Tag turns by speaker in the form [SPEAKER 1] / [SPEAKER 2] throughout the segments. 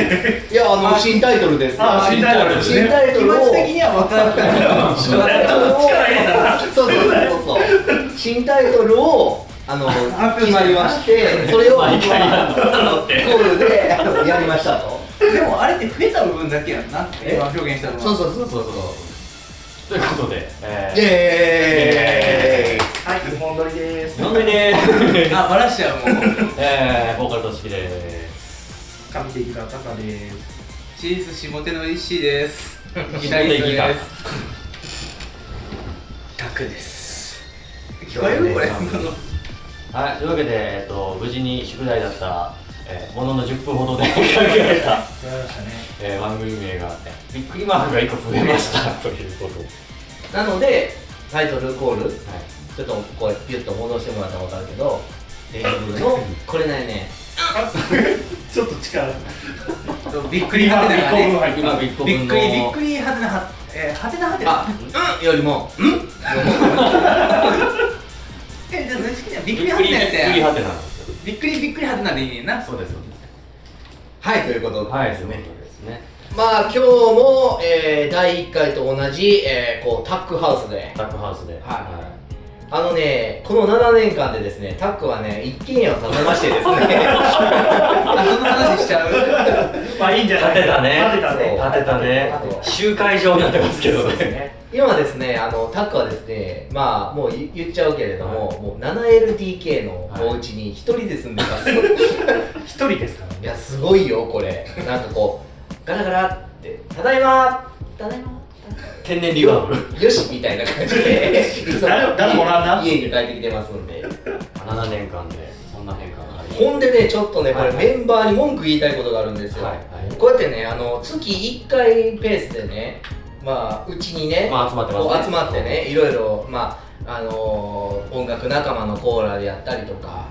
[SPEAKER 1] あの新タイトルです。
[SPEAKER 2] あ新タイトルですね
[SPEAKER 1] 新タイト
[SPEAKER 3] 気
[SPEAKER 1] ルを
[SPEAKER 3] 持ち的には分かったけど
[SPEAKER 1] 新タイトルを
[SPEAKER 2] 力入れたな
[SPEAKER 1] そうそうそうそう。新タイトルをあの
[SPEAKER 3] 発表
[SPEAKER 1] 決まりまして、それを僕は
[SPEAKER 2] だって
[SPEAKER 1] ゴールであのやりましたと。
[SPEAKER 3] でもあれって増えた部分だけやんな
[SPEAKER 1] え
[SPEAKER 3] 今表現したのは
[SPEAKER 1] そうそうそう
[SPEAKER 2] そうそうということで、え
[SPEAKER 1] イエーイ。
[SPEAKER 3] はい本撮りで
[SPEAKER 2] ー、飲んでねー
[SPEAKER 3] あバラしちゃうもう
[SPEAKER 2] えー、ボーカルとしきです
[SPEAKER 3] 神的なタカですチーズ下手の石井です
[SPEAKER 2] 下手
[SPEAKER 3] ギタリスト
[SPEAKER 2] ギタ
[SPEAKER 3] タ
[SPEAKER 2] ー
[SPEAKER 3] クです聞こえるこれ今の
[SPEAKER 2] はい、というわけで、えっと、無事に宿題だった、えー、ものの10分ほどで考えた、えー、番組名が、えーびっくりマークが1個増えましたということ
[SPEAKER 1] なのでタイトルコール
[SPEAKER 2] はい
[SPEAKER 1] ちょっとこうピュッと戻してもらったことあるけ ど、レイブのこれないね。
[SPEAKER 4] ちょっと力
[SPEAKER 3] びっくりハテナがね
[SPEAKER 2] 今の1個
[SPEAKER 3] びっ
[SPEAKER 2] 分
[SPEAKER 3] くりびっ
[SPEAKER 2] の
[SPEAKER 3] くりハテナはえーハテナハテナ
[SPEAKER 1] あ、うんよりも、うん。
[SPEAKER 3] えじゃあ正式にはび
[SPEAKER 2] び
[SPEAKER 3] っくりハテナやった
[SPEAKER 2] っくり
[SPEAKER 3] やん
[SPEAKER 2] はてななんですよ
[SPEAKER 3] びっくりびっくりハテナでいいねんな
[SPEAKER 2] そうですそう
[SPEAKER 1] はいということ
[SPEAKER 2] です
[SPEAKER 1] で
[SPEAKER 2] はい
[SPEAKER 1] す
[SPEAKER 2] そう
[SPEAKER 1] ね
[SPEAKER 2] いうことですね
[SPEAKER 1] まあ今日も、えー第1回と同じ、えーこうタックハウスで
[SPEAKER 2] タックハウスではい
[SPEAKER 1] あのねこの7年間でですねタックはね一軒家を建てましてですね
[SPEAKER 3] あその話しちゃう
[SPEAKER 4] まあいいんじゃない
[SPEAKER 2] 立てたね
[SPEAKER 4] 立てたね
[SPEAKER 2] 立てたね集会場になってますけど
[SPEAKER 4] そうです
[SPEAKER 2] ね
[SPEAKER 4] ね
[SPEAKER 1] 今ですねあのタックはですねまあもう言言っちゃうけれども、もう 7LDK のお家に一人で住んでます、
[SPEAKER 4] 一人ですから
[SPEAKER 1] いやすごいよこれなんかこうガラガラって「ただいまただいま
[SPEAKER 2] 天然リバーブ
[SPEAKER 1] よし」みたいな感じで
[SPEAKER 4] 誰誰もおらんな
[SPEAKER 1] 家に帰ってきてますんで
[SPEAKER 2] 7年間でそんな変化があり
[SPEAKER 1] ほんでねちょっとねこれ
[SPEAKER 2] はいはい
[SPEAKER 1] メンバーに文句言いたいことがあるんですよ、
[SPEAKER 2] はいはい
[SPEAKER 1] こうやってねあの月1回ペースでねまあうちにね、
[SPEAKER 2] まあ集まってますね
[SPEAKER 1] こう集まってねいろいろまああのー音楽仲間のコーラでやったりとか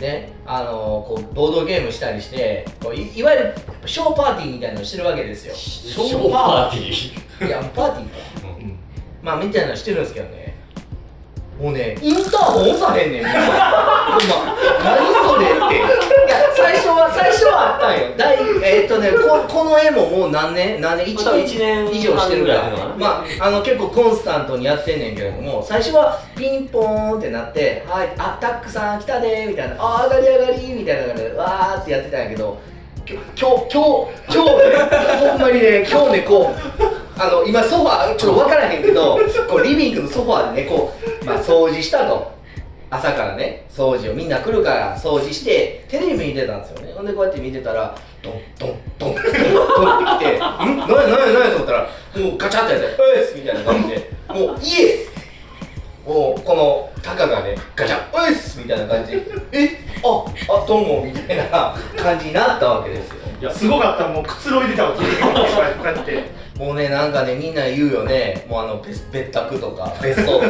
[SPEAKER 1] ねあのーこうボードゲームしたりしてこういいわゆるショーパーティーみたいなのしてるわけです よ
[SPEAKER 2] ショーパーティー
[SPEAKER 1] いやパーティーか
[SPEAKER 2] うん
[SPEAKER 1] まあみたいなのしてるんですけどねもうねインターホン押さ へんねんみんなほんま何それっていや最初は最初はあったんよ第えーっとねここの絵ももう何年何年
[SPEAKER 2] まあ多分
[SPEAKER 1] 1年
[SPEAKER 2] 一年
[SPEAKER 1] 以上してるから
[SPEAKER 2] 半ぐらいかな
[SPEAKER 1] まああの結構コンスタントにやってんねんけれども最初はピンポーンってなって「はいあタックさん来たで」みたいな「あー上がり上がり」みたいな感じでわーってやってたんやけどきょ今日今日今日ねほんまにね今日ねこうあの今ソファーちょっと分からへんけどこうリビングのソファーでねこう、まあ、掃除したと朝からね掃除をみんな来るから掃除してテレビ見てたんですよねほんでこうやって見てたらドンドンドンドンドンって来て「ん何や何や何や」と思ったらもうガチャってやって「おいっす」みたいな感じでもう家もうこのタカがねガチャ「おいっす」みたいな感じで「えああどうも」みたいな感じになったわけですよ
[SPEAKER 4] いやすごかったもうくつろいでたわけこうやって
[SPEAKER 1] もうねなんかねみんな言うよねもうあの別別宅とか別荘とか、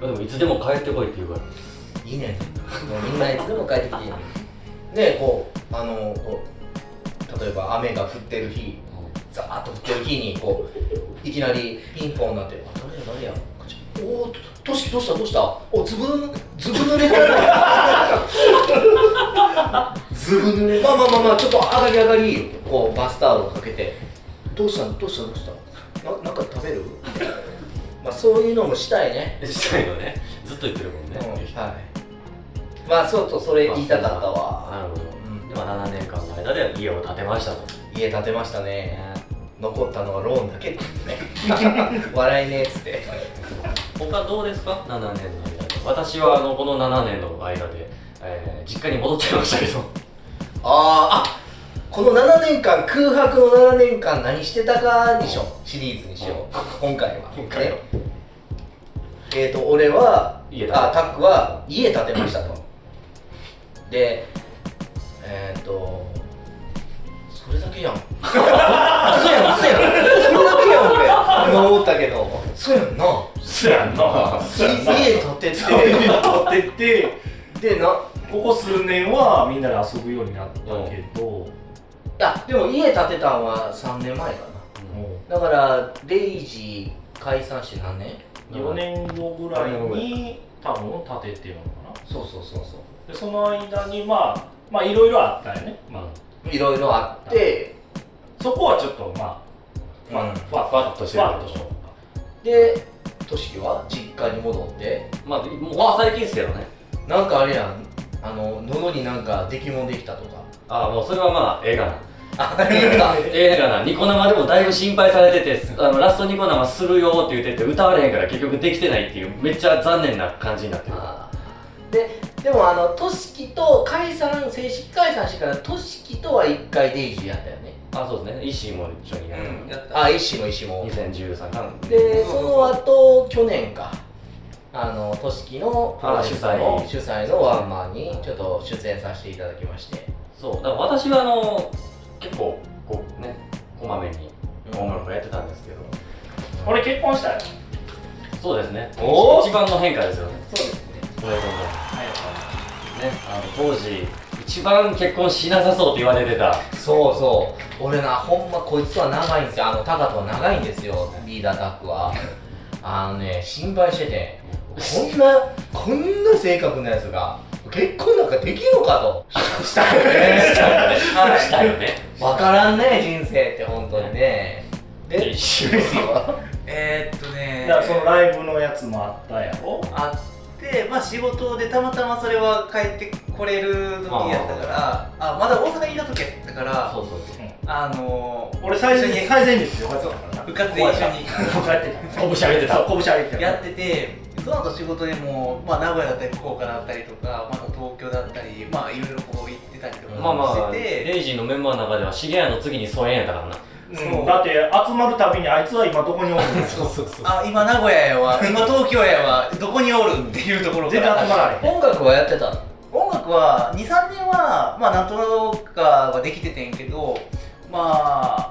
[SPEAKER 2] でもいつでも帰ってこいって言うから
[SPEAKER 1] うん、いいねもうみんないつでも帰ってきていいねでこうあのこう例えば雨が降ってる日ザーッと降ってる日にこういきなりピンポンになって「あ誰や誰や」おおとしきどうしたどうしたおずぶぬずぶ濡れてるずぶ濡れまあまあまあまあちょっと上がり上がりこうバスタオルかけて「どうしたのどうしたどうしたななんか食べる?」まあそういうのもしたいね、
[SPEAKER 2] したいよねずっと言ってるもん
[SPEAKER 1] うん
[SPEAKER 2] ね、
[SPEAKER 1] はいまあそうとそれ言いたかった
[SPEAKER 2] な
[SPEAKER 1] わ
[SPEAKER 2] るほど、
[SPEAKER 1] ん
[SPEAKER 2] では7年間の間で家を建てましたと
[SPEAKER 1] 家建てましたね残ったのはローンだけ っていうね笑いねえっつって
[SPEAKER 2] 他どうですか7年の間で私はあのこの7年の間で、えー実家に戻っちゃいましたけど
[SPEAKER 1] あーあこの7年間空白の7年間何してたかにしようシリーズにしよう今回は
[SPEAKER 2] 今回は
[SPEAKER 1] ねえっ、と俺は
[SPEAKER 2] 家建て
[SPEAKER 1] あタックは家建てましたとでえっ、とそれだけやんそうやんそうやんそれだけやん俺今思ったけどそうやんな
[SPEAKER 4] すやんな
[SPEAKER 1] 家建て て
[SPEAKER 4] 立てて
[SPEAKER 1] でな
[SPEAKER 4] ここ数年はみんなで遊ぶようになったけど、
[SPEAKER 1] あでも家建てたんは3年前かな
[SPEAKER 4] も
[SPEAKER 1] だからデイジー解散して何年
[SPEAKER 4] う4年後ぐらいに多分建ててるのかな
[SPEAKER 1] そうそうそうそう
[SPEAKER 4] でその間にまあまあいろいろあったよね、まあ、
[SPEAKER 1] いろいろあって
[SPEAKER 4] そこはちょっとまあま
[SPEAKER 1] う
[SPEAKER 4] あ
[SPEAKER 1] ん
[SPEAKER 4] ふわ
[SPEAKER 2] ふわっとしてる
[SPEAKER 4] ふわっとしてる
[SPEAKER 1] で俊樹は実家に戻って
[SPEAKER 2] まあ、もう最近ですけどね。
[SPEAKER 1] なんかあれやんあの喉になんか出来物できたとか
[SPEAKER 2] ああ、もうそれはまあ、映画な。
[SPEAKER 1] あなんか
[SPEAKER 2] 映画な。ニコ生でもだいぶ心配されてて、あのラストニコ生するよって言ってて、歌われへんから結局できてないっていう、めっちゃ残念な感じになってる。
[SPEAKER 1] ででもあのトシキと解散正式解散してからトシキとは一回デイジーやったよね
[SPEAKER 2] あ、そうですね。石井も一緒にやる。
[SPEAKER 1] うん
[SPEAKER 3] やった
[SPEAKER 1] あ石も石も
[SPEAKER 2] 2013年。
[SPEAKER 1] でその後去年かあのトシキの
[SPEAKER 2] あ
[SPEAKER 1] 主催の主
[SPEAKER 2] 主
[SPEAKER 1] 催のワンマンにちょっと出演させていただきまして、
[SPEAKER 2] そう、だから私はあの、結構、こうね、こまめに音楽をやってたんですけど、
[SPEAKER 4] 俺結婚したよ
[SPEAKER 2] そうですね。
[SPEAKER 1] おー
[SPEAKER 2] 一番の変化ですよね。
[SPEAKER 1] そうですね
[SPEAKER 2] おめでとうございます。ね、あの当時、一番結婚しなさそうって言われてた。
[SPEAKER 1] そうそう俺なほんまこいつは長いんですよあのタカトは長いんですよリーダータックはあのね心配しててこんなこんな正確なやつが結婚なんかできるのかとしたよねはい
[SPEAKER 2] したよね。
[SPEAKER 1] 分からんね人生って本当にねで
[SPEAKER 2] 一緒
[SPEAKER 1] ですよ
[SPEAKER 3] えー、っとね
[SPEAKER 4] だからそのライブのやつもあったやろ
[SPEAKER 3] あって、まあ、仕事でたまたまそれは帰ってこれる時やったからあまだ大阪にいた時やったから
[SPEAKER 2] そうそうそう。
[SPEAKER 3] あのー、
[SPEAKER 4] 俺最初
[SPEAKER 3] 一緒
[SPEAKER 4] に
[SPEAKER 3] に
[SPEAKER 4] 最前列でよかったからな
[SPEAKER 3] 部活で一緒に
[SPEAKER 4] こうやってた
[SPEAKER 2] 拳上げてた
[SPEAKER 4] そう拳上げてた
[SPEAKER 3] やっててその後仕事でも、まあ、名古屋だったり福岡だったりとかまた東京だったりまあいろいろこう行ってたりとか
[SPEAKER 2] まあま
[SPEAKER 3] し
[SPEAKER 2] あ、
[SPEAKER 3] てて、
[SPEAKER 2] レイジーのメンバーの中では、シゲヤの次に疎遠やったからな。
[SPEAKER 4] うんだって集まるたびにあいつは今どこにおるの
[SPEAKER 2] うそうそ
[SPEAKER 3] あ今名古屋やわ今東京やわどこにおるんっていうところか
[SPEAKER 4] 全然
[SPEAKER 3] ら
[SPEAKER 4] 集まられへん
[SPEAKER 1] 音楽はやってたの
[SPEAKER 3] 音楽は23年はまあなんとかはできててんけどまあ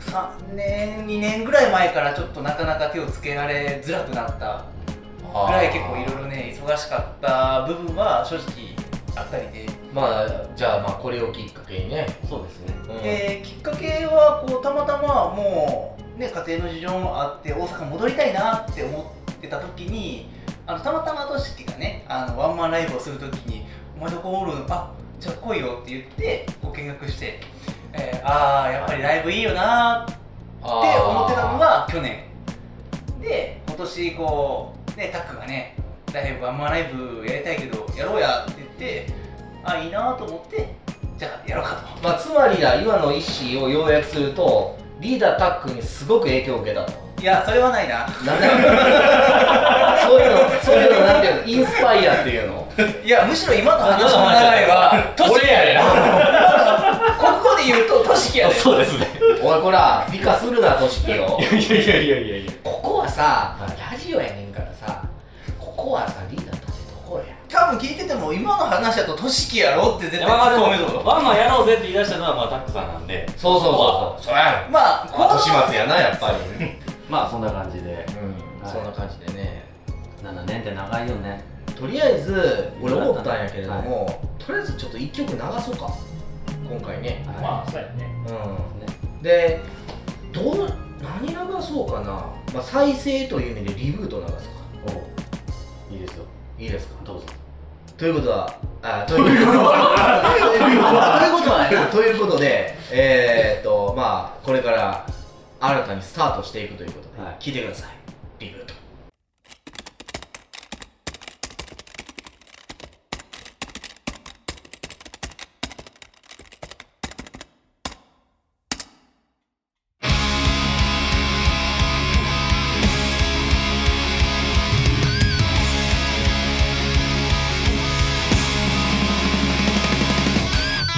[SPEAKER 3] 3年2年ぐらい前からちょっとなかなか手をつけられづらくなったぐらい結構いろいろね忙しかった部分は正直あったりで、
[SPEAKER 1] まあじゃあまあこれをきっかけにね、
[SPEAKER 2] そうですね。
[SPEAKER 1] うん
[SPEAKER 3] できっかけはこうたまたまもう、ね、家庭の事情もあって大阪戻りたいなって思ってた時にあのたまたまとしきがねあのワンマンライブをする時に「お前どこおるんあじゃあ来いよ」って言ってこう見学して、えーああやっぱりライブいいよなって
[SPEAKER 1] あー
[SPEAKER 3] 思ってたのが去年で今年こうねタックがねライブワンマンライブやりたいけどやろうやって言ってあいいなと思ってじゃあやろうかと。
[SPEAKER 1] まあ、つまりだ今の意思を要約するとリーダータックにすごく影響を受けたと
[SPEAKER 3] いや、それはないな。
[SPEAKER 1] なんだそういうのそういうのなんていうのインスパイアっていうの
[SPEAKER 3] いや、むしろ今の話の流れは、と
[SPEAKER 2] 俺やでな。
[SPEAKER 3] ここで言うと、としきやで。
[SPEAKER 2] そうですね。
[SPEAKER 1] おいこら美化するなとしきを
[SPEAKER 2] いやいやいやいやいや。
[SPEAKER 1] ここはさ、
[SPEAKER 2] はい
[SPEAKER 1] ラジオやねんからさここはさリーダー立てとこや
[SPEAKER 3] 多分聞いてても、今の話だと、としきやろって絶対
[SPEAKER 2] まあまあで
[SPEAKER 3] 突っ
[SPEAKER 2] も
[SPEAKER 3] 込めとこ
[SPEAKER 2] ワンマンやろうぜって言い出したのはまあタックさんなんで
[SPEAKER 1] そうそうそ
[SPEAKER 2] そ
[SPEAKER 1] うそうや
[SPEAKER 3] まあ、この
[SPEAKER 1] 末やなやっぱりうん
[SPEAKER 2] まあそんな感じではい
[SPEAKER 1] そんな感じでね
[SPEAKER 2] 7年って長いよね
[SPEAKER 1] とりあえず俺思ったんやけれども、とりあえずちょっと1曲流そうか今回ね
[SPEAKER 4] まあそうやね
[SPEAKER 1] うんでどう何流そうかな、まあ、再生という意味でリブート流すか
[SPEAKER 2] いいですよ
[SPEAKER 1] いいですか
[SPEAKER 2] どうぞ
[SPEAKER 1] ということはあということ はということはということでえー、っとまあこれから新たにスタートしていくということで、
[SPEAKER 2] はい
[SPEAKER 1] 聞いてくださいリブート
[SPEAKER 5] 「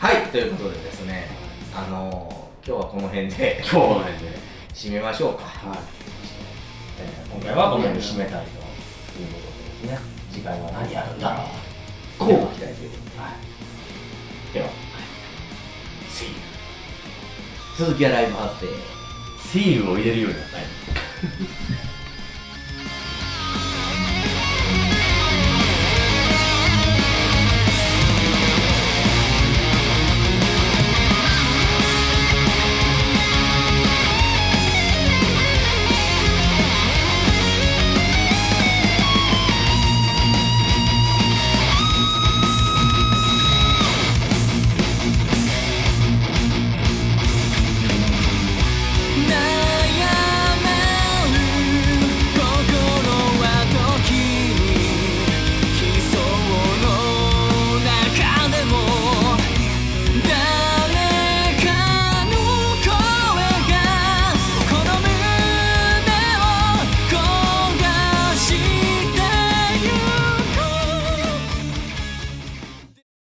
[SPEAKER 1] はい、ということでですね、あのー今日はこの辺で
[SPEAKER 2] 今日はね、
[SPEAKER 1] 締めましょうか。
[SPEAKER 2] はい、
[SPEAKER 1] えー
[SPEAKER 2] 今回はこの辺で締めたいということですね次回は何やるんだろう
[SPEAKER 1] こうご期待ということで。
[SPEAKER 2] はい
[SPEAKER 1] では、See you 続きはライブハウスで。
[SPEAKER 2] シールを入れるようになったよ